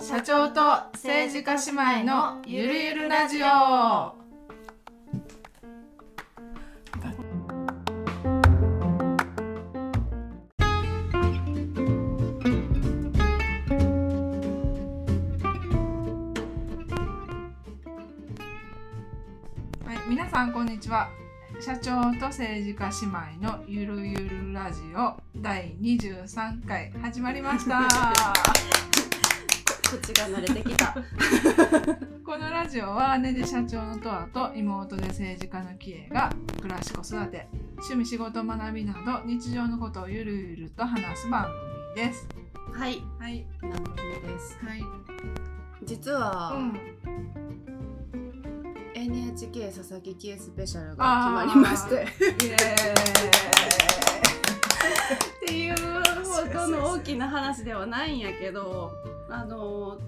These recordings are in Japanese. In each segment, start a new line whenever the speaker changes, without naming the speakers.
社長と政治家姉妹のゆるゆるラジオ。はい、皆さんこんにちは。社長と政治家姉妹のゆるゆるラジオ第23回始まりました。
口が慣れてきた。
このラジオは姉で社長のトアと妹で政治家のキエが暮らし子育て趣味仕事学びなど日常のことをゆるゆると話す番組です
はい、
はい
なるほどです。
はい
実は、
うん
NHK 佐々木キエスペシャルが決まりまして、
イエー
っていうほどの大きな話ではないんやけ ど、あの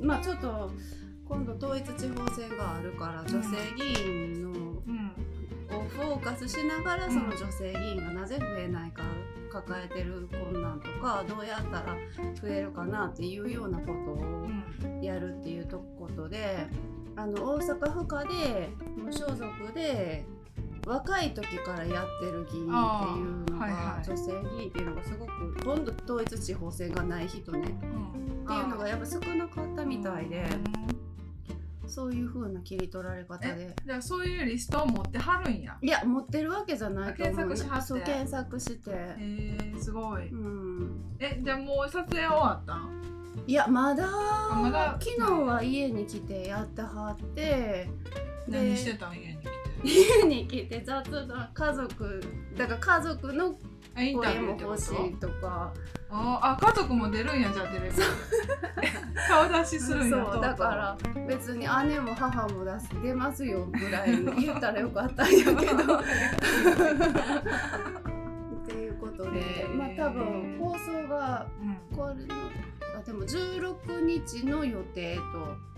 まあちょっと今度統一地方選があるから女性議員の
イうん
をフォーカスしながら
うん
その女性議員がなぜ増えないか抱えてる困難とかどうやったら増えるかなっていうようなことを
うん
やるっていうとことであの大阪府下で無所属で若い時からやってる議員っていうのが、
あーはいはい
女性議員っていうのがすごく今度統一地方選がない人ね
うん
っていうのがやっぱ少なかったみたい
う
で
ん
そういう風な切り取られ方で。
じゃあそういうリストを持ってはるんや
いや持ってるわけじゃないと思う
検索しはって
そう検索して、
えー、すごい
うん
えじゃあもう撮影終わったん
いやまだ
まだ
昨日は家に来てやってはってで
何してたん家に来て
家に来て雑談家族だから家族の
あインタビ
声
ューっ
も
てこ
欲し
と
いとか
あーあ家族も出るんやじゃあテレビ顔出しするんや
そうだから別に姉も母も出す出ますよぐらいの言ったらよかったんやけど。 っていうことで、
へー
まあ多分放送が
うん
これのあでも16日の予定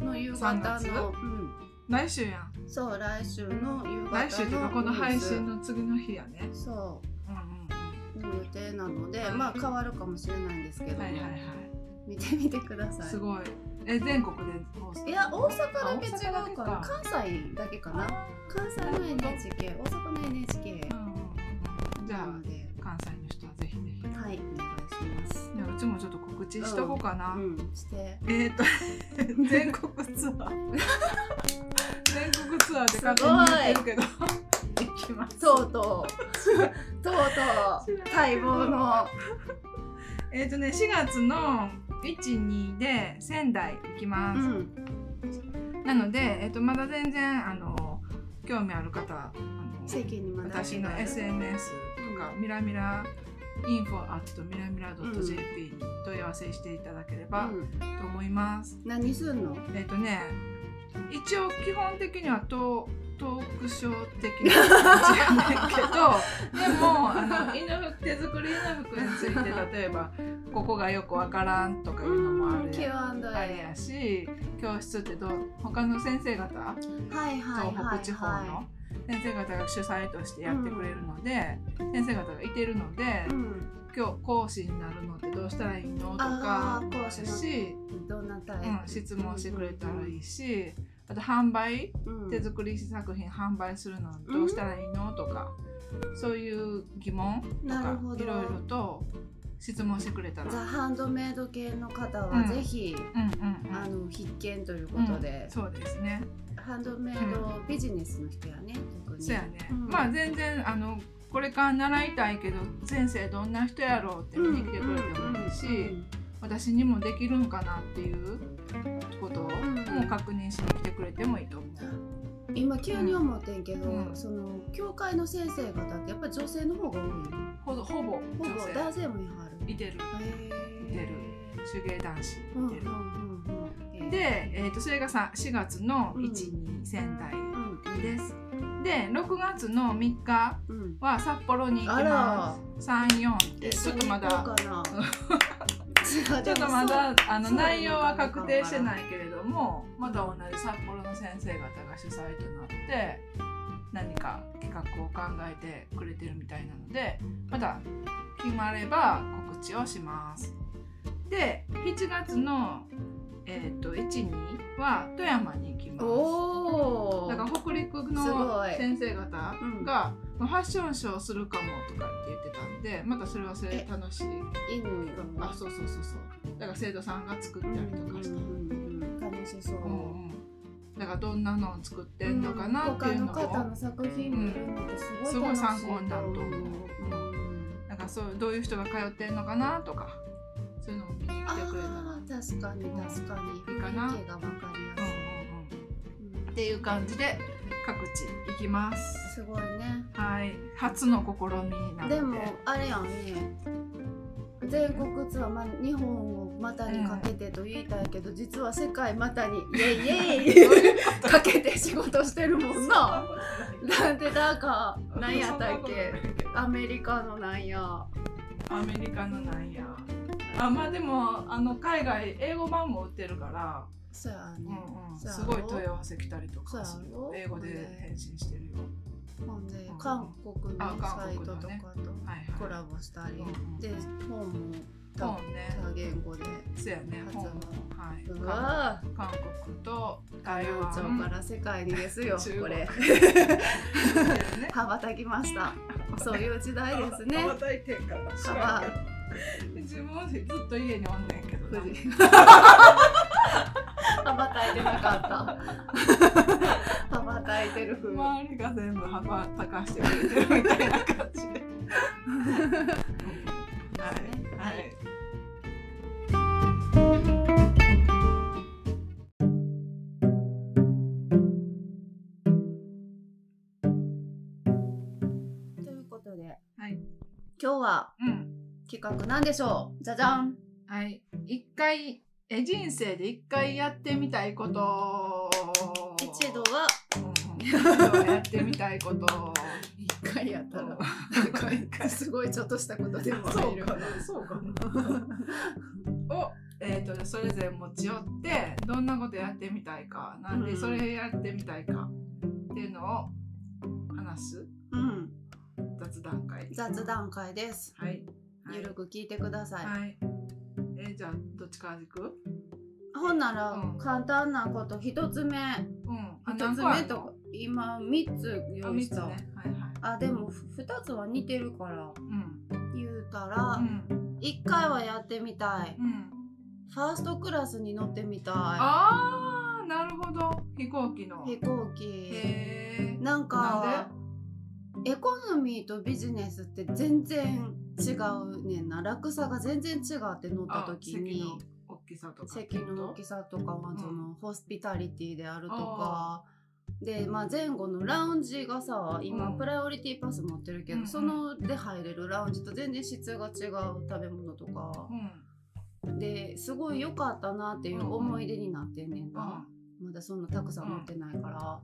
との夕方
3月
の、うん、
来週やん
そう来週の夕方の
来週っていうかこの配信の次の日やね
そ
うんうん
うの予定なのでまあ変わるかもしれないんですけど
うん
も、
はいはいは
見てみてくだ
い
さ
す
い。
ごいえ全国で放送
いや大阪だけ違う
あ大阪だけ
から
か
関西だけかな関西の NHK 大阪の NHK
うんうんうんじゃ
なの
あ
で
関西の人はぜひぜひい
はいお願いします。
やうちもちょっと告知しとこうかな、
うんして
えー、と 全国ツア ー全国ツアーで勝手に言ってるけど 行きます
とうとうとうとう 待望の
えっ、とね4月の12で仙台行きま
う
す、
ん
なので、えっとまだ全然あの興味ある方あの
世間にまだ
私の SNS とか、ミラミラ info@ ミラミラ .jp に問い合わせしていただければ
うん
と思います、
何すんの
えっ、とね一応基本的にはトートークショー的な感じやねんけど でもあの犬服手作り犬服について例えば「ここがよくわからん」とかいうのもあるやん
Q&A
あれやし教室ってどう他の先生方、
はいはいはいは
東
い
北地方の先生方が主催としてやってくれるので、先生方がいてるので、
うん
今日講師になるのってどうしたらいいのと
あ
か
ー
もある
講
し、
どんなタイ
う
プ
ん、質問してくれたらいいしあと販売
うん
手作り作品販売するのどうしたらいいのとかそういう疑問と
な
か
るほど
いろいろと質問してくれたら。
ザ・ハンドメイド系の方
うん
はぜひ
うんうん
あの必見というこ
うん
とで
うん、そうですね。
ハンドメイドビジネスの人やね特に
そうやね、
うん
まあ全然あのこれから習いたいけど先生どんな人やろうって見に来てくれてもいいし、私にもできるんかなっていうことを
ん
もう確認しに来てくれてもいいと思う。
今急に思ってんけど、
うん
その教会の先生方ってやっぱり女性の方が多いよね
ほぼほぼ
ほぼ
女性
男性もいはる
いてる
へ
いてる手芸男子い
うんうん
てる。
うんうん
で、えー、とそれがさ4月の
うん
12仙台
うん
です。で6月の3日
うん
は札幌に行
あ
きま
ら
す。34ってちょっとまだ
一緒に行こう かな
ちょっとまだあの
そうなの
内容は確定してないけれどもまだ同じ札幌の先生方が主催となって何か企画を考えてくれてるみたいなのでまだ決まれば告知をします。で7月の、えー、と12は富山に行きます。
おお
だから北陸
す
の
ごい
先生方が、
うん
まあファッションショーするかもとかって言ってたんでまたそれはそれで楽しい。
いいのに
あそうそうそうそうだから生徒さんが作ったりとかして、うん
楽しそう、
うんだからどんなのを作ってんのかなっていう
他の
のを、
方の作品見るのってすごい楽しい
うんすごい参考になると思う
うん
なんかそういうどういう人が通ってんのかなとかそういうのを見に来
あ
てくれたら、うんうん
ー確かに確かに
いいかな
雰囲気がわかりやす
うん、っ
い
ていう感じで各地行きます
すごいね
はい初の試みなので
でもあれやんね全国ツアー、まあ、日本を股にかけてと言いたいけど、実は世界股にイエイイエイかけて仕事してるもんな。なんてなんか なんやったっけアメリカのなんや
アメリカのなんやあまあでもあの海外英語版も売ってるから
そうやね、
うんうん、
そうや
す
ろ
ごい問い合わせ来たりとかするよ
そうや
英
ろ
語で返信してるよ
ほんで
ん
韓国
あ
の
韓
サイ
国
ト
の
とか
ね
と
はい
コ
は
ラボしたり、
うん
で本も
い
多
本ね
多言語で
そうやね
発
本
音
もはいう韓
わー
韓国と台
台湾
湾
町から世界にですよ
中国
これ
ね
羽ばたきましたそういう時代ですね
羽ばたいてんかな知らんけど自分はずっと家におんねんけどな
富士羽ばたいてなかった羽ばたいてる風
周りが全部羽ばたかしてくれてるみたいな感じではいはい
ということで
はい
今日は
うん
企画なんでしょうじゃじゃん
はい、一回え人生で一回やってみたいこと
一度は
うんうん一度やってみたいこと
一回やったら
一回一回
すごいちょっとしたことでも
そ
入
う
る
かなそうかなを、えー、とそれぞれ持ち寄ってどんなことやってみたいかなんで
うん
それやってみたいかっていうのを話す
うん
雑談会
雑談会です
はいはい
ゆるく聞いてください、
はいえーじゃあどっちから行く
ほんな
うん
ら簡単なこと一つ
うん
目
あ
一つ
何個あ
目
るの
とか今三つ
あ
用意
三
し
つね
た
はいはい
あでもふ二つは似てるから
うん
言うた
う
ら
ん
一、回はやってみたい
うん
ファーストクラスに乗ってみた
あーなるほど飛行機の
い飛行機
へー
なんかエコノミーとビジネスって全然違うねんな落差が全然違って乗った
あ
時
席の
に
大きさとか
席の大き
さ
さとか
う
は
ん
そのホスピタリティであると
あ
か、で、まあ、前後のラウンジがさ今
うん
プライオリティパス持ってるけ
う
ど、
んうん
そので入れるラウンジと全然質が違う食べ物とか
うん
ですごい良かったなっていう思い出になってんねんな、まだそんなたくさん持ってないから。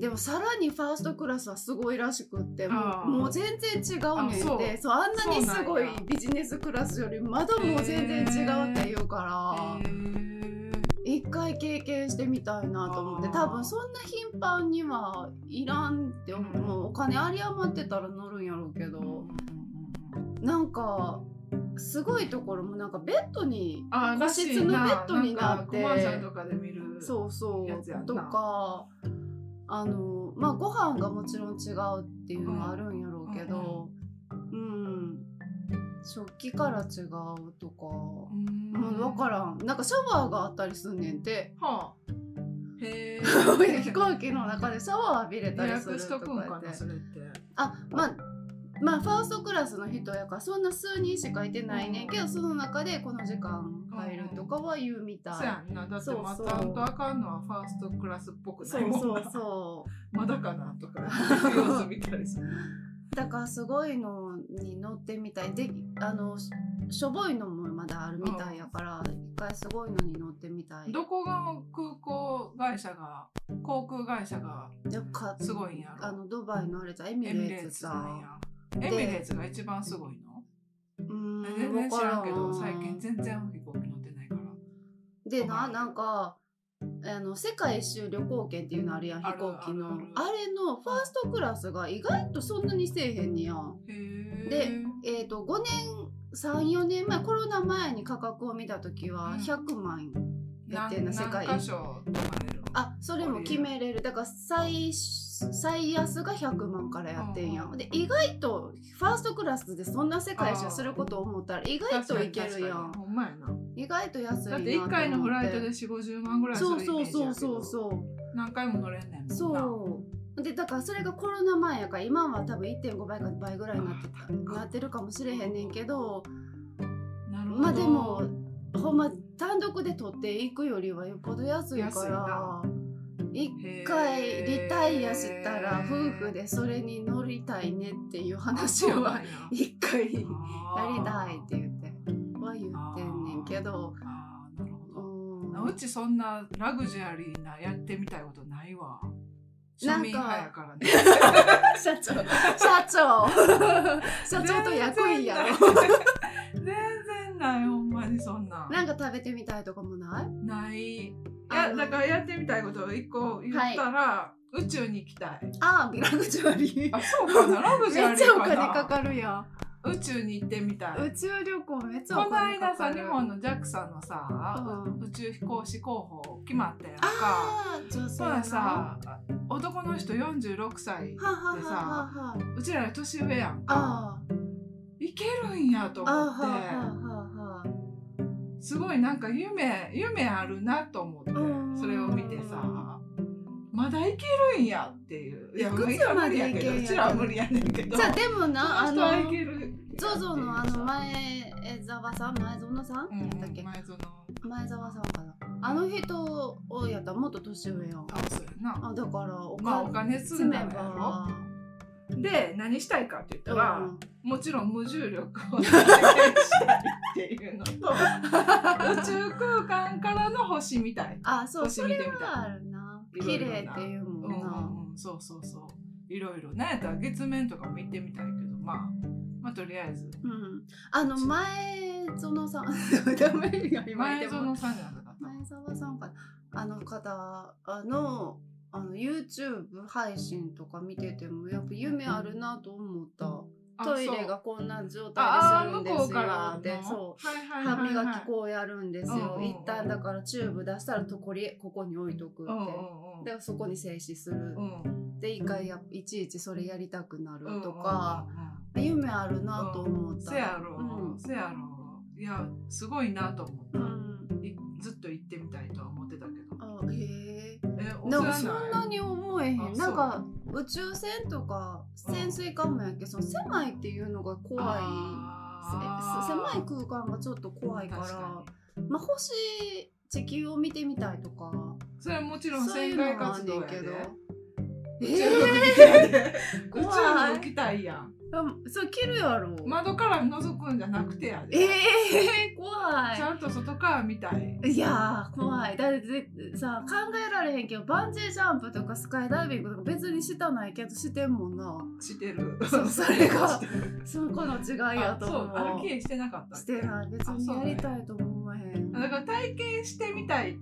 でもさらにファーストクラスはすごいらしくっても
あー
うもう全然違うねん
あ
っ
そう
てそうあんなに
そ
す
う
ご
ないんや
ビジネスクラスよりまだもう全然違うって言うから、
うんへー
一回経験してみたいなと思って
あー
多分そんな頻繁にはいらんって思う,、
うん
お金有り余ってたら乗るんやろうけ
うんうんうん
ど
うん
なんかすごいところもなんかベッドに
あー
個
らしい
室のベ
な
ッドにな
なん
っ
か
て
コマーシャルとかで見るう
そうそ
やつやん
う
な
とかあのまあご飯がもちろん違うっていうのはあるんやろうけどうん食器から違うとか、
ん
うん、分からんなんかシャワーがあったりすんねん て。
はあへ ー
飛行機の中でシャワー浴びれた
予
りする
約し
と
とくんか
かや
な
って
それって
あまあまあファーストクラスの人やからそんな数人しかいてないねんけどその中でこの時間入るとかは言うみたい
そうやんなだって
そう
ま
そう
たんとあかんのはファーストクラスっぽくな
そ
いうもん
そうそ
まだかなと か様子見たりする
うだからすごいのに乗ってみたいであのししょぼいのもまだあるみたいやから一回すごいのに乗ってみたい
どこが空港会社が航空会社が
よかった
すごいんやろ
あのドバイのあれじゃんエミ
エ
レ
ミレ
ー
ー
ツ
ツ
じゃ
なん
ん
やエミレーツが一番すごいの
うーん
全然知らんけ
わ
ど
から
最
ん
近全然飛行機乗ってないから
で
そうな
な
や
んなんかあの世界一周旅行券っていうのあるやん
あ
飛
る
行機の
あ
あ
るあ
れのファーストクラスが意外とそんなにせえへんねやん。
へ
で
え
えー、と5年34年前コロナ前に価格を見た時は
うん
100万やってんな
何
世界
何箇所泊まれるの
あそれも決めれるだから最最安が100万からやってんや
うん
んで意外とファーストクラスでそんな世界一周すること思ったら意外といける
確かに確
や
か
ん
にほんまやな
意外と安いな
だ
と思
っ
ってて
1回のフライトで4 5 0万ぐらいするイ
そ
メ
う
ージや
そ
け
う
ど
そうそうそう
何回も乗れんねんもんな
そうでだからそれがコロナ前やから今は多分1.5倍か倍ぐらいになって
あ
た
ー
なってるかもしれへんねんけど
なるほど
まあでもほんま単独で取っていくよりはよっぽど安いから一回リタイアしたら
へ
夫
ー
婦でそれに乗りたいねっていう
あ
話
そうな
は
んや
一回やり
あ
た
ー
いって言っては言ってんねんけど。
あーなるほど
うん
うちそんなラグジュアリーなやってみたいことないわ。
な
庶
んか
民派やからね。
社長社 長社長と役員やろ
全然ない。全然ない、ほんまにそんな。
なんか食べてみたいとかもない
ない。い
あ
や、
の
だからやってみたいことを一個言ったら、宇宙に行きたい。
ああラグジュアリー
あ、そうかな、ラグジュア
め
リ
っ
ー
ちゃお
か
金
な。
かかるや
宇宙に行ってみた
ん宇
い。
宙旅行めっちゃお
この
金
間
かか
さ、
る
日本の JAXA のさ、
うん
宇宙飛行士候補決まったやんか。
あー女性
ほ
や
ら
な
さ、男の人46歳、
ははははは
うちらより年上やんか。
あー
いけるんやと
あーは
思
は
って
はは
すごいなんか夢夢あるなと思って
うん
それを見てさまだいけるんやっていうい
いくつまでいけんやけど
うちらは無理やねんけど
じゃあでもなあ
あ
の
の人はいけるんやっていう
ゾゾのあの
さ
前澤さん前園さん、
うん
だっ
うん
け
前園
前澤さんかなあの人をやったらもっと年上やん
あそうやな
あだからお
まあお金
金
積
積
ん
め
だのやろ
ば
で何したいかって言ったら
うん
もちろん無重力を体験したいっていう のと宇宙空間からの星みたい
あそう
星
そ
見
れ
てみたい
はあるな
色々
綺
な
麗っていうも
うん
んな、
うんうん、そうそうそういろいろねだから月面とかも行ってみたいけどまあまあとりあえず
うん、あの前 園さんダメよ今言
前
っても
園さんじゃなかった
前澤さんかなあの方あのあの YouTube 配信とか見ててもやっぱ夢あるなと思った
あ
トイ
そ
レ
う
がこんな状態
あ
で
あ
す
ー向
るんです
こ
よ
うから
って
の
そう
はいはい
歯
はいはい
磨きこうやるんですよ、
うんうんうん
一旦だからチューブ出したらとこりここに置いとくって、
うんうん
だからそこに静止する、
うんうん
で一回やいちいちそれやりたくなる
うん
とか、夢あるなと思
うん
った、
せやろ、
うん
せやろいやすごいなと思った、
うん
いずっと行ってみたいとは思ってたけど
あへえ
えお世
なんか
話
そんなに思えへん
あそう
なんか宇宙船とか潜水艦もやっけその狭いっていうのが怖いせ狭い空間がちょっと怖いから
確か
まあ、星地球を見てみたいとか
にそれはもちろん
そういう
船
の
外
はあ
活
ん
動
ね
や
ん
で
けど
宇
え
宙
ー
服着たいで宇宙
怖い
服着たいやん
うんそう切るやろ、
窓から覗くんじゃなくてやで、
ええー、怖
ちゃんと外から見たい
いいやー怖いだってぜさ考えられへんけどバンジージャンプとかスカイダイビングとか別にしたないけどしてんもんな
してる
そうそれ が
してる
そこの違いや
あ
と
そ
思
う
う
あれ綺麗してなかった
してない別
あ
に
そう
や
なんや
りたいと思わへん
だから体験してみたい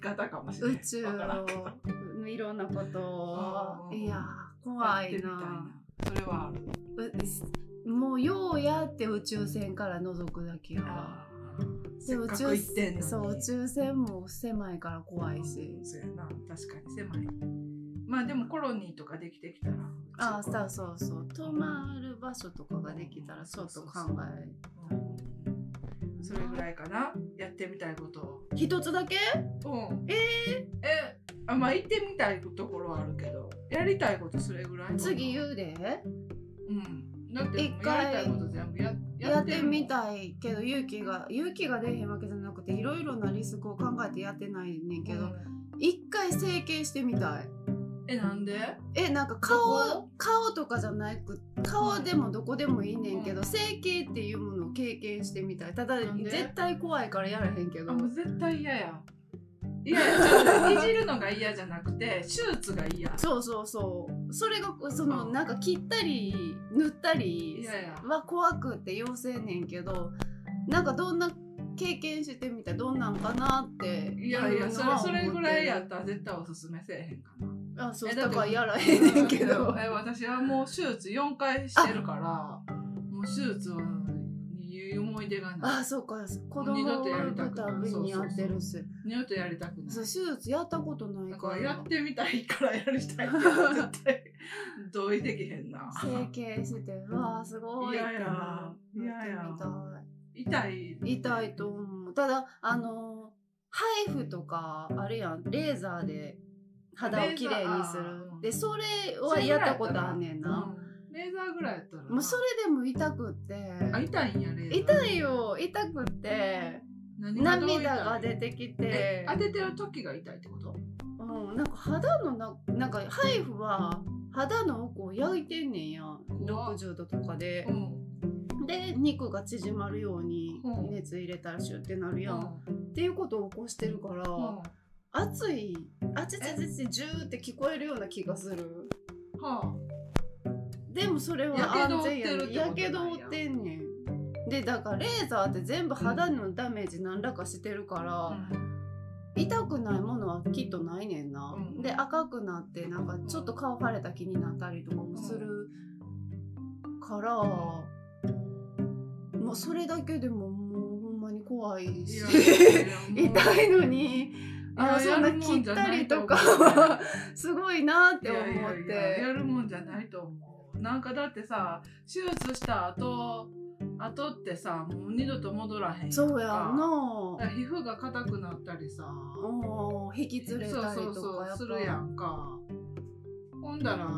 方かもしれない
宇宙
わからんけどや
のいろんなこと
うんうん
を
うん
いやー怖
って
い
みた
な
それはある
うもうようやって宇宙船から覗くだけは
あーせっかく行ってんのに
そう宇宙船も狭いから怖いし
そうやな確かに狭いまあでもコロニーとかできてきたら
ああそうそうそう泊まる場所とかができたらちょっと考え
うんそれぐらいかなやってみたいことを
一つだけ
うん
え
えあまあ行ってみたいところはあるけどやりたいことそれぐらい
ー、次言
う、
うで
うん、だって
一
もうや
回
りたいこと全部や
やってみ
い
たいけど勇気が勇気が出へんわけじゃなくていろいろなリスクを考えてやってないねんけど、一回整形してみたい
えなんで
えなんか
ど
顔顔とかじゃなく顔でもどこでもいいねんけ
う
ど
ん
整形っていうものを経験してみたいただ
なんで
絶対怖いからやらへんけ
あ
ど
もう絶対嫌やいやちょっといじるのが嫌じゃなくて手術が嫌
そうそうそうそれがその
うん
なんか切ったり塗ったり
嫌や
は怖くって要せんねんけどなんかどんな経験してみたらどんなんかなって
いやいや
うの
それ
は
それぐらいや
思
ったら絶対おすすめせえへんかな
ってるあそう
えだ
だ
って
からやらへんねんけ ど
え私はもう手術4回してるからもう手術に思い出がな
あ
い
そうか子
二
供
度とやりた
の
くない
たびにやってるし
二度とやりたくない
そう手術やったことな
だ
い
か
からら
やってみたいからやり たいけど絶対同意できへんな
整形してうわあすごい
いやいや
ってなってみ
いやいや痛い
たい痛いと思うただあのー配布とかあるやんレーザーで肌をきれいに
レーザ
す
ーあ
る
ー
でそれはやったことあんねんな、
うんレーザーぐらいやったらな
もうそれでも痛くって
あ痛いんやレーザー
痛いよ痛くって
何がどう痛い
涙が出てき
え
て
当ててる時が痛いってこと
うん、なんか肌のななんかハイフは肌の奥を焼いてんねんや
怖っ
60度とかで
う、ん
で肉が縮まるように
うん
熱入れたらシュってなる
い
やん、っていうことを起こしてるから、
は
熱いあちちちちジューって聞こえるような気がする
あ
でもそれは
やけど
安全や
負ってるってこ
ねん
となんや
やけど負ってんねんでだからレーザーって全部肌のダメージ何らかしてるから、痛くないものはきっとないねんな、
うん
で赤くなってなんかちょっと顔腫れた気になったりとかもするから、もうそれだけでももうほんまに怖い
い
し
や
痛いのにあ
いや
そんな
やるも
切
ん
っ
じゃ
た
ない
り
と
と
思う
かはすごいなって思って
いやいやいややるもんじゃないと思うなんかだってさ手術した後後ってさもう二度と戻らへんやんか
そう
だ
やんな
から皮膚が硬くなったりさ
うん引きずれたりとか
そうそうそう
やっぱ
するやんかほんだら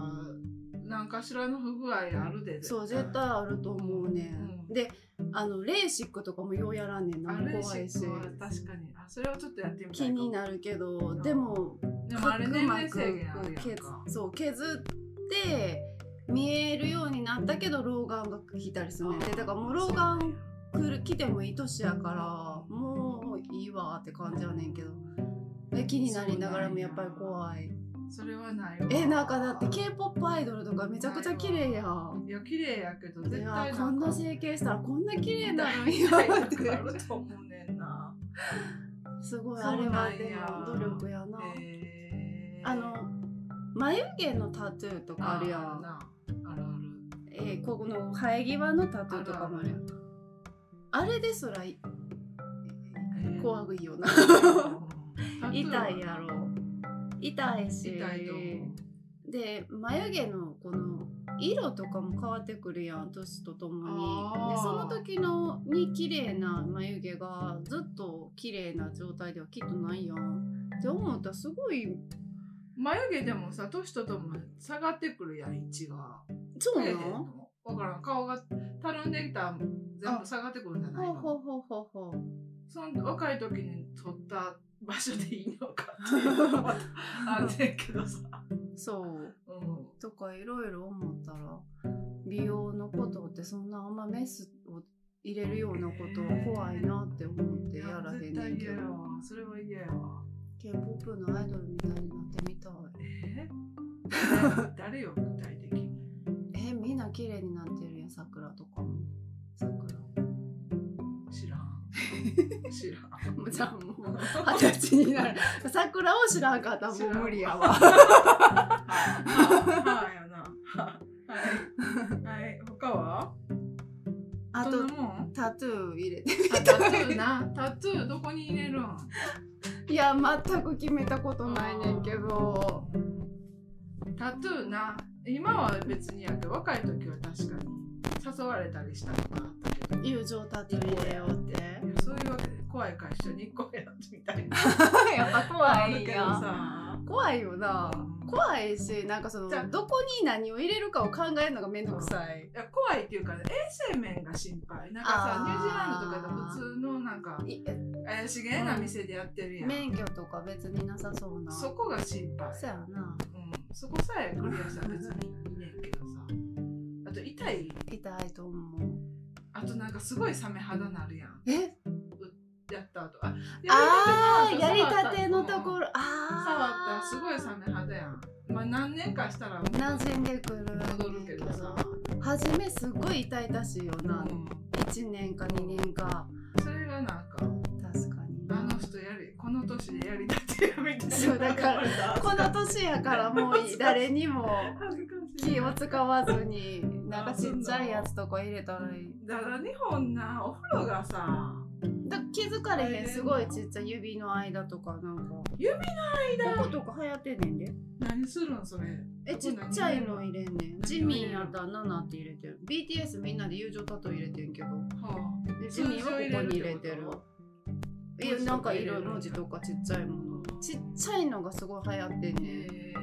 なんかしらの不具合あるで
そう絶対あると思うね、
うん
ん、であのレーシックとかもようやらんねんな
ある
怖
し
いし
確かにあそれはちょっとやってみたい
気に
る
なるけど
ん
でも
でもあれ年齢
角
制限あるやん
削
か
そう削って見えるようになったけど老眼が来たりするねんでだからもう老眼来る来てもいい年やからもういいわって感じやねんけどで気になりながらもやっぱり怖い
それはないわ
えなんかだって k p o p アイドルとかめちゃくちゃ綺麗やん
いや綺麗やけど
い
絶
や
対
こんな整形したらこんな綺麗なの に
い
よ
や
っ
なんかあ
て
ると思うねんな
すごい
そう
あれ
な
は
んや
でも努力やな、
えー
あの眉毛のタトゥーとかあるやん
なあるある
えーここの生え際のタトゥーとかもあるやんあれですらい
えー
怖いよな
タトゥー
痛いやろ痛いし
痛いと思う
で眉毛のこの色とかも変わってくるやん年ととも
あー
にでその時のに綺麗な眉毛がずっと綺麗な状態ではきっとないやんって思ったらすごい
眉毛でもさ年とともに下がってくるやん位置が
そうなの
分からん顔がたるんできたら全部下がってくるんじゃない
ほうほ
の
うほうほうほう
その若い時に撮った場所でいいのかっていうのもまた あんねんけどさ、
そう
うん、
とかいろいろ思ったら美容のことってそんなあんまメスを入れるようなことは怖いなって思ってやらへん
絶
ね
対
んけ
嫌
ど
やわそれは嫌やわ
k p o p のアイドルみたいになってみたい
え誰誰よ具体的に
えみんな綺麗になってるやん桜とかも桜
知らん知らん
もう じゃあもう二十歳になる 桜を知らんかったらもう無理やわ
はい、やな。はい。はい、他は。
あ
ど
と
んなもん
タトゥー入れて
あタトゥーな、タトゥーどこに入れるん。
いや全く決めたことないねんけど
タトゥーな、今は別にやけど、若い時は確かに。誘われたりしたことあったけど。い
友情タトゥー入れようって
やそういうわけで怖いから一緒に行こうやみたいな。
やっぱ
あ
怖
る
い
けど
やん
さ。
怖いよな
うん
怖いしなんかその
じゃあ
どこに何を入れるかを考えるのが面倒くさい
いや怖いっていうか、衛生面が心配。なんかさ
あ、ー
ニュージーランドとかで普通のなんか
い
怪しげな店でやってるやん。
免許とか別になさそうな
そこが心配。
そやな
うん、そこさえクリアしたら別にいいねんけどさあと痛い
痛いと思う
あとなんかすごいサメ肌なるやん
え
やった後あ
あー
や
や
り
り
た
た
て
て
の
の
後
とこ
触
ろ
っ
あ
たら
ー
すごいサメ肌やんまあ何年かしたら
馴染んでくる
戻るけどさ、
初めすごい痛々しいよ
う
な、
ん、
1年か2年か
それがなんか
この年やからもういい誰にも
恥ずかしい
気を使わずになんかちっちゃいやつとか入れたらいい
だから日本なお風呂がさ
だから気づかれへんすごいちっちゃい指の間とかなんか
間
こことか流行ってんねんで
何するんそれ
えちっちゃいの入れんねんジミンやったら7って入れてる BTS みんなで友情タトゥー入れてんけど
はあ
でジミンはここに入れてる
数
いやなんか色文字とかちっちゃいものちっちゃいのがすごい流行ってんねん
えー、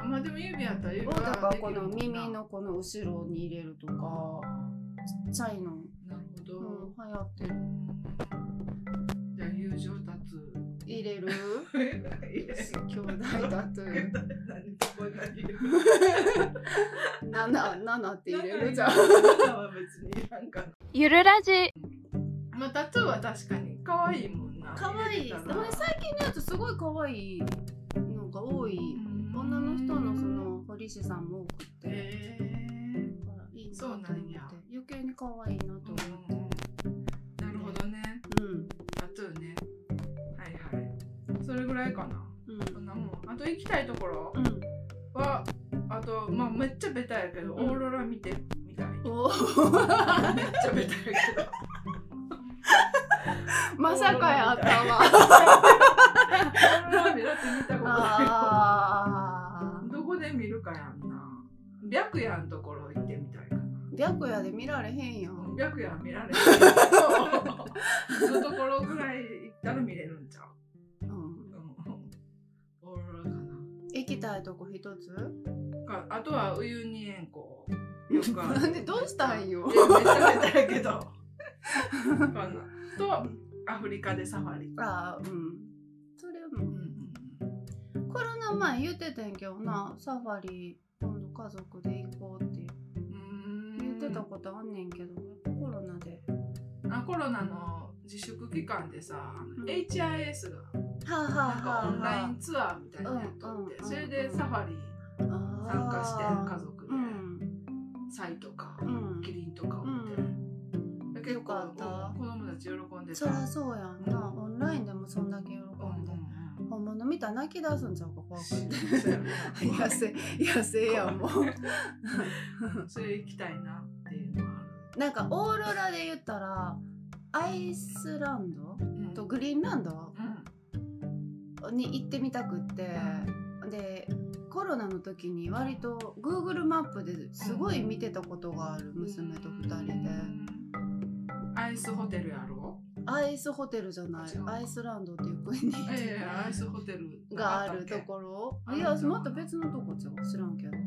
あまあでも指やったら指
を
は
だから
でき
こ
る
の
もんな
耳のこの後ろに入れると
あ
かちっちゃいの、
ーなるほど、
うん、流行ってる
じゃあ友情立つ
入 れる
いや
兄弟タトゥー
何ここ何
7 7って入れるじゃん
は別になんか
ゆるラジ
まあタトゥーは確かに可愛いもんな
可愛い
入
で
れてた
も
ら
ね最近のやつすごい可愛いのが多い
うん
女の人のその堀師さんも多くて、
へえ
だからいいなと
そう
思
な
って
んや
余計に可愛いなと思って
なるほどね
うん
タトゥーねはいはいそれぐらいかな
うん
そんなもんあと行きたいところ
うん
はあとまあめっちゃベタやけど、
うん
オーロラ見てみたいめっ
お
ち ゃベタやけど
まさかやったわ
オーロラ見だって見たことな
あ
いどこで見るかやんな白夜のところ行ってみたいかな
ー白夜で見られへんやん
白夜は見られ へんのところぐらい行ったら見れるんちゃう、
うん
うん、オーロラか
行きたいとこ一つ
なかあとはウユニ塩湖ある
なんでどうしたんよ
いやめっちゃベタやけどかなとアフリカでサファリ
あーうんそれ
う
も
んうん
コロナ前言ってたんやけどなサファリ今度家族で行こうって
うん
言ってたことあんねんけどコロナで
あコロナの自粛期間でさ、あの
うん
HIS が
はあは
なんかオンライン
は
ツアーみたいなのやっとって、
うんうんうんうん
それでサファリ
あ
参加して
あー
家族で、
うん
サイとか、
うん
キリンとかを
う
見て、
ん
結
よかった
構子供たち喜んでた
そりゃそうやんなオンラインでもそんだけ
う
喜
ん
んで本物見たら泣き出すんちゃうか 怖くて
うんうん
野生野生やんもう
それ行きたいなっていうのはあ
なんかオーロラで言ったらアイスランド
る、うん
とグリーンランド
うん
に行ってみたくってでコロナの時に割と Google マップですごい見てたことがある娘と2人で
アイスホテルやろ
アイスホテルじゃないアイスランドっていう国
いやいやアイスホテル
があるところ
あったっ
い
け
やまた別のとこじゃん知らんけど
うん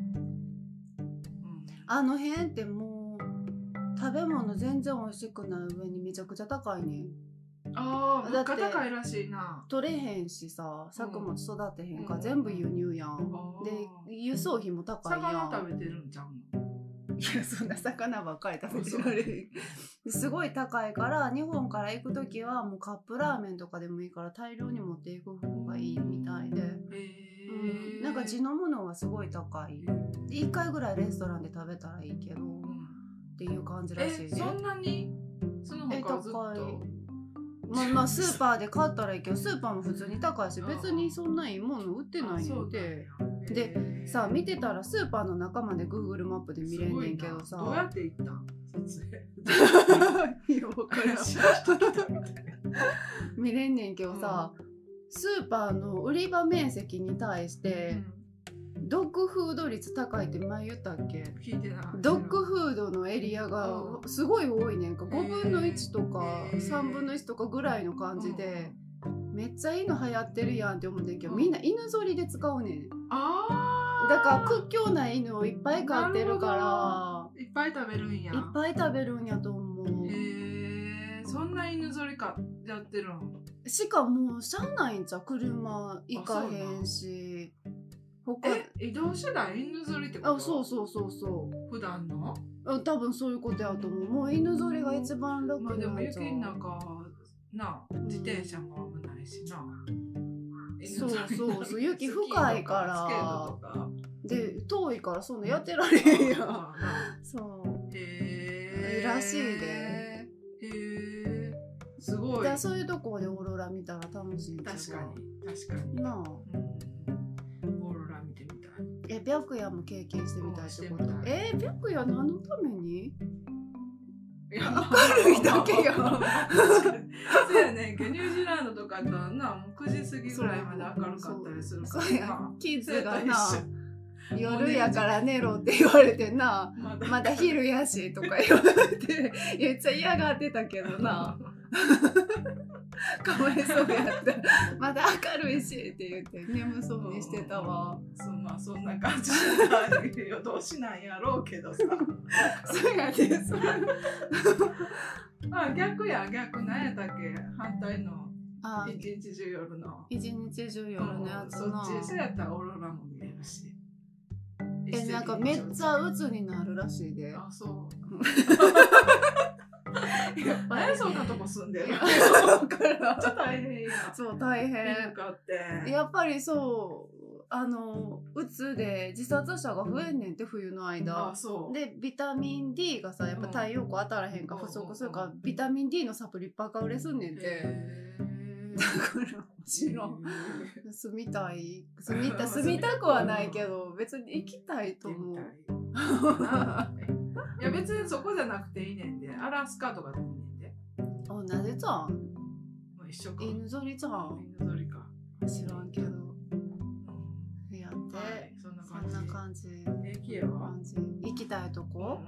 あの辺ってもう食べ物全然美味しくない上にめちゃくちゃ高いねん
ああ
だ
物
って
価高いらしいな
取れへんしさ作物育てへんから、
うん
全部輸入やん、
あー
で輸送費も高いやん
魚食べてるんちゃうの
いやそんな魚ばっかり食べてられへ んすごい高いから日本から行く時はもうカップラーメンとかでもいいから大量に持っていく方がいいみたいで、
へ
うん、
え
なんか地のものはすごい高いで1回ぐらいレストランで食べたらいいけどっていう感じら
え
しいね
そんなにその
え
他
高
はずっと
いまあまあスーパーで買ったらいいけどスーパーも普通に高いし
うん
別にそんないいもの売ってないんででさあ見てたらスーパーの中まで Google マップで見れんねんけどさ
どうやって行ったん撮影
いやわからん
知らん人来たみたいな
見れんねんけどさ、スーパーの売り場面積に対してドッグフード率高いって前言ったっけ
うん聞いてない
ドッグフードのエリアが
うん
すごい多いねんか5分の1とか
へー
3分の1とかぐらいの感じ
うん
でめっちゃいいの流行ってるやんって思ってんけど
うん
みんな犬ぞりで使うねん
あ
だから屈強な犬をいっぱい飼ってるか
あいっぱい食べるんや
らいっぱい食べるんやと思
へえ
う
そんな犬ぞりかやってるの
しかも車内んちゃ車行かへんし他
え移動手段犬ぞりってこと
あそうそうそうそう
普段の
うん多分そういうことやと思うもう犬ぞりが一番楽
まあでも
なん
雪
ちゃ
の
う
中なあ
ん
自転車も危ないしな、
そうそうそう雪深いから
スキーとか
で遠いからそんなやってられへ
ス
ん
ケートとか
やん
ああな
そ
へ
う
え
らしいで
へえすごい
だから
確か
そういうとこでオーロラ見たら楽しいんちゃう
に確かに、
なあ
うん、オー
え白夜も経験してみたいってこと
うんしてみたい
えー、白夜何のため に
いや
明るいだけよ
そうやねんけどニュージーランドとかやったらなもう9時過ぎぐらいまで明るかったりするか
そう
ら
や
な
キッ
それ
ズ
と
が
一
な
緒
夜やから寝ろって言われてな
まだ
まだ昼やしとか言われてめっちゃ嫌がってたけどなかわいそうやったまだ明るいしって言って眠そうにしてたわ
そうまあそんな感じなんだよどうしなんやろうけどさ
そうやでそう
あ逆や逆なんやったっけ反対の
あ
一日中夜の
一日中夜のやつ
そ
な
っちそうやったらオーロラも見えるし
えなんかめっちゃ鬱になるらしいで
あ そう
やっぱり
何そんなとこ住んでるのめっ
だから
ちゃ大変や
そう大
なん
変
かって
やっぱりそうあのうつで自殺者が増えんねんって冬の
あ
間
そう
でビタミン D がさやっぱ太陽光当たらへんから不足するからビタミン D のサプリバカ売れすんねんて
へ
だからもちろん
ー
住みたい住み た住みたくはないけど別に行きたいと思う
あ いや別にそこじゃなくていいねんでアラスカとかでもいいねんで
同じじゃん
もう一緒か
犬ぞりじゃん
犬ぞりか
知らんけど
うん
やって、
はいそんな
そ
感
ん
じ
な感じ
えキエは
感じ行きたいとこ、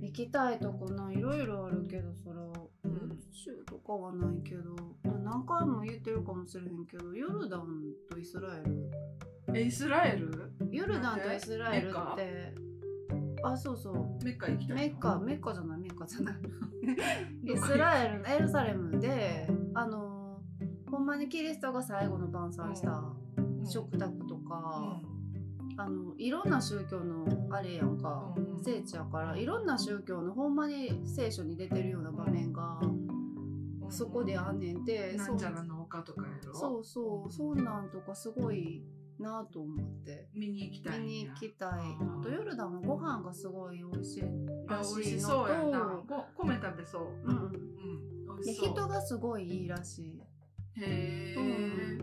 行きたいとこないろいろあるけどそれは
うん
宇宙とかはないけど、まあ何回も言ってるかもしれへんけどヨルダンとイスラエル
えイスラエル
ヨルダンとイスラエルってあそうそう
メッカ行きたいの
メッカメッカじゃないメッカじゃ ない
ど
イ
こ
スラエルのエルサレムであのほんまにキリストが最後の晩餐した
うん
食卓と
う
か、
ん
あのいろんな宗教のあれやんか、
うん
聖地やからいろんな宗教のほんまに聖書に出てるような場面が
うん
そこであんねんて、
な
そうん
ちゃらの丘とかやろ
そうそうそうなんとかすごいなと思って
見に行きたい
見
んや
に行きたい
うん
あとヨルダンはご飯がすごい美味しい
あ
らし
美味
い
し
の
そうや
と
なこ米食べそう
うん
うん美
で
味しそう
人がすごいいいらしい
へえ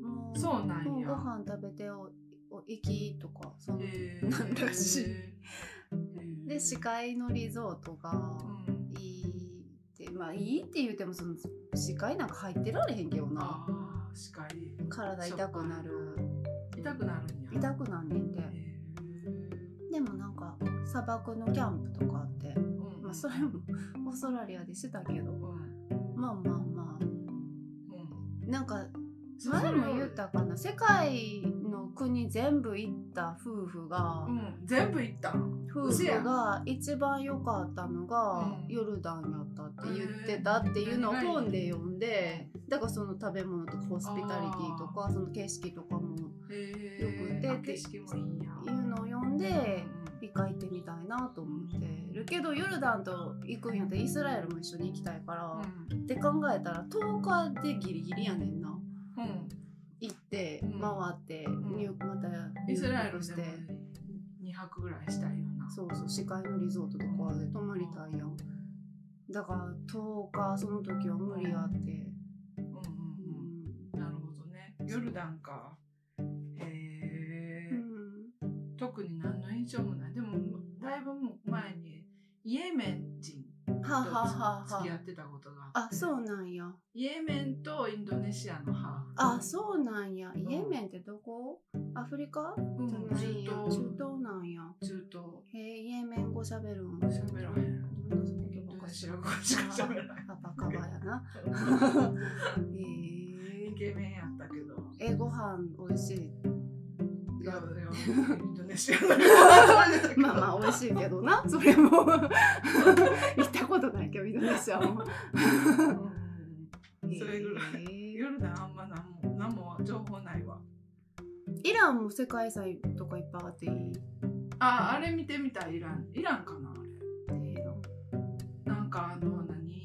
もう
そうなんや
もうご飯食べておお行きとかその
へ
なんだし
い
で司会のリゾートが
うん
いいってまあいいって言うてもその視界なんか入ってられへんけどな
あー視界
体痛くなる
痛くなるんや
痛くなんねんて
へ
でもなんか砂漠のキャンプとかあって
ーうん
まあそれも オーストラリアでしたけど
うん
まあまあまあ
うん
なんか前も言ったかな世界の国全部行った夫婦が
うん全部行った
夫婦が一番良かったのが
うん
ヨルダンやったって言ってたっていうのを本で読んでだからその食べ物とかホスピタリティとかその景色とかも
へ
よ
ー
く出て
景色もいいんや
いうのを読んで
うん
一回行ってみたいなと思ってるけどヨルダンと行くんやったらイスラエルも一緒に行きたいから、って考えたら10日でギリギリやねんな
うん
行って
うん
回って
ん
入また
イスラエ
入
ル
国
で
し
も
て
2泊ぐらいしたいよな
そうそう市会のリゾートとかで泊まりたいやんだから10日その時は無理やって、
うんうんうんなるほどねヨルダンかへ
う
え
ん
特に何の印象もないでもだいぶ前にイエメン人
はあ、
と
はあはあは
付き合
あ
ってたことがあっ
あ
て
そうなんや
イエメンとインドネシアのハーフ
あそうなんやイエメンってどこアフリカ
うん
じゃないんや
中
中
東
東なんや
中
へえイエメン語しゃべるん
東喋らへん
どんな人
インド
ばっか
ネ
し
シ
ら
ア語しか喋らない
あバカバやなへ
イ
え
ケメンやったけど
えご飯美味しい
い
が
やいやインドネシアの
まあまあ美味しいけ どなそれも 行ったことないけどインドネシアも
うん それぐら い
へえ
ヨルダンあんまなんもなんも情報ないわ
イランも世界遺産とかいっぱいあっていい
ああれ見てみたいイランイランかなあれ
イラン
なんかあの何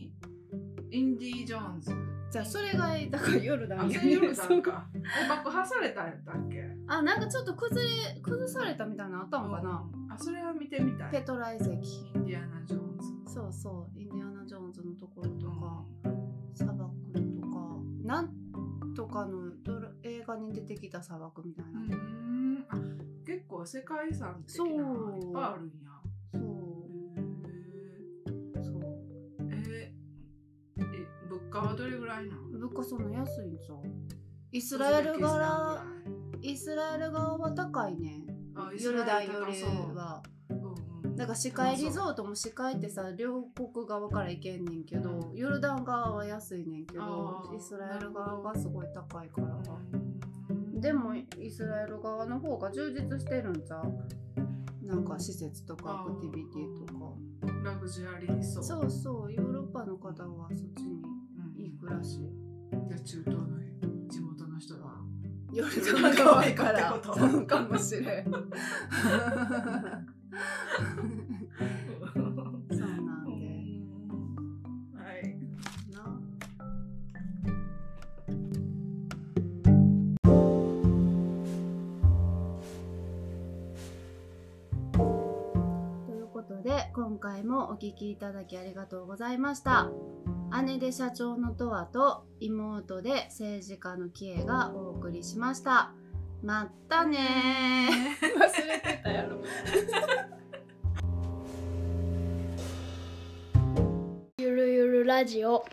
インディ・ジョーンズ
じゃあそれがだから夜だ
あそれヨ ルダンかえ爆破されたんやったっけ
あなんかちょっと崩れ崩されたみたいなのあったのかな、
うんあそれは見てみたい
ペトラ遺跡
インディアナ・ジョーンズ
そうそうインディアナ・ジョーンズのところと
と
か
か、
砂漠とかなんとかのドラ映画に出てきた砂漠みたいな、
うんあ構世界遺産的な
そう
いっぱいあるんや。
そ
へーそう。えー、え物価はどれぐらいなの
う物価その安いんじゃんイスラエル側イスラエル側は高いね
あイ
ヨ
スラ
ルダン
エル
よ
高
り
そう
は
うんうん
なんか市会リゾートも市会ってさ両国側から行けんねんけど、
う
ヨルダン側は安いねんけど
あー
イスラエル側がすごい高いから、
うん
でもイスラエル側の方が充実してるんちゃうなんか施設とかアクティビティとか
ラグジュアリーそう。
そうそうヨーロッパの方はそっちに
うん
いい暮らし
じゃあ中東の地元の人が。
ヨ
ルダン側やから
そうかもしれんそうなんで
はい。
なということで今回もお聞きいただきありがとうございました姉で社長のとわと妹で政治家のきえがお送りしましたまったねー
忘れてたやろ。
ゆるゆるラジオ